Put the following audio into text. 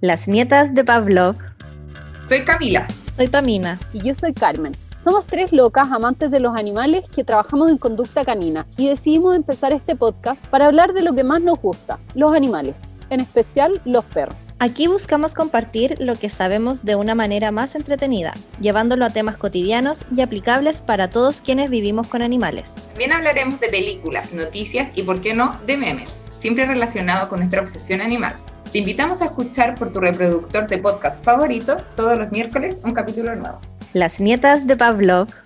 Las nietas de Pavlov. Soy Camila. Soy Pamina. Y yo soy Carmen. Somos tres locas amantes de los animales que trabajamos en conducta canina y decidimos empezar este podcast para hablar de lo que más nos gusta, los animales, en especial los perros. Aquí buscamos compartir lo que sabemos de una manera más entretenida, llevándolo a temas cotidianos y aplicables para todos quienes vivimos con animales. También hablaremos de películas, noticias y, por qué no, de memes, siempre relacionado con nuestra obsesión animal. Te invitamos a escuchar por tu reproductor de podcast favorito todos los miércoles un capítulo nuevo. Las nietas de Pavlov.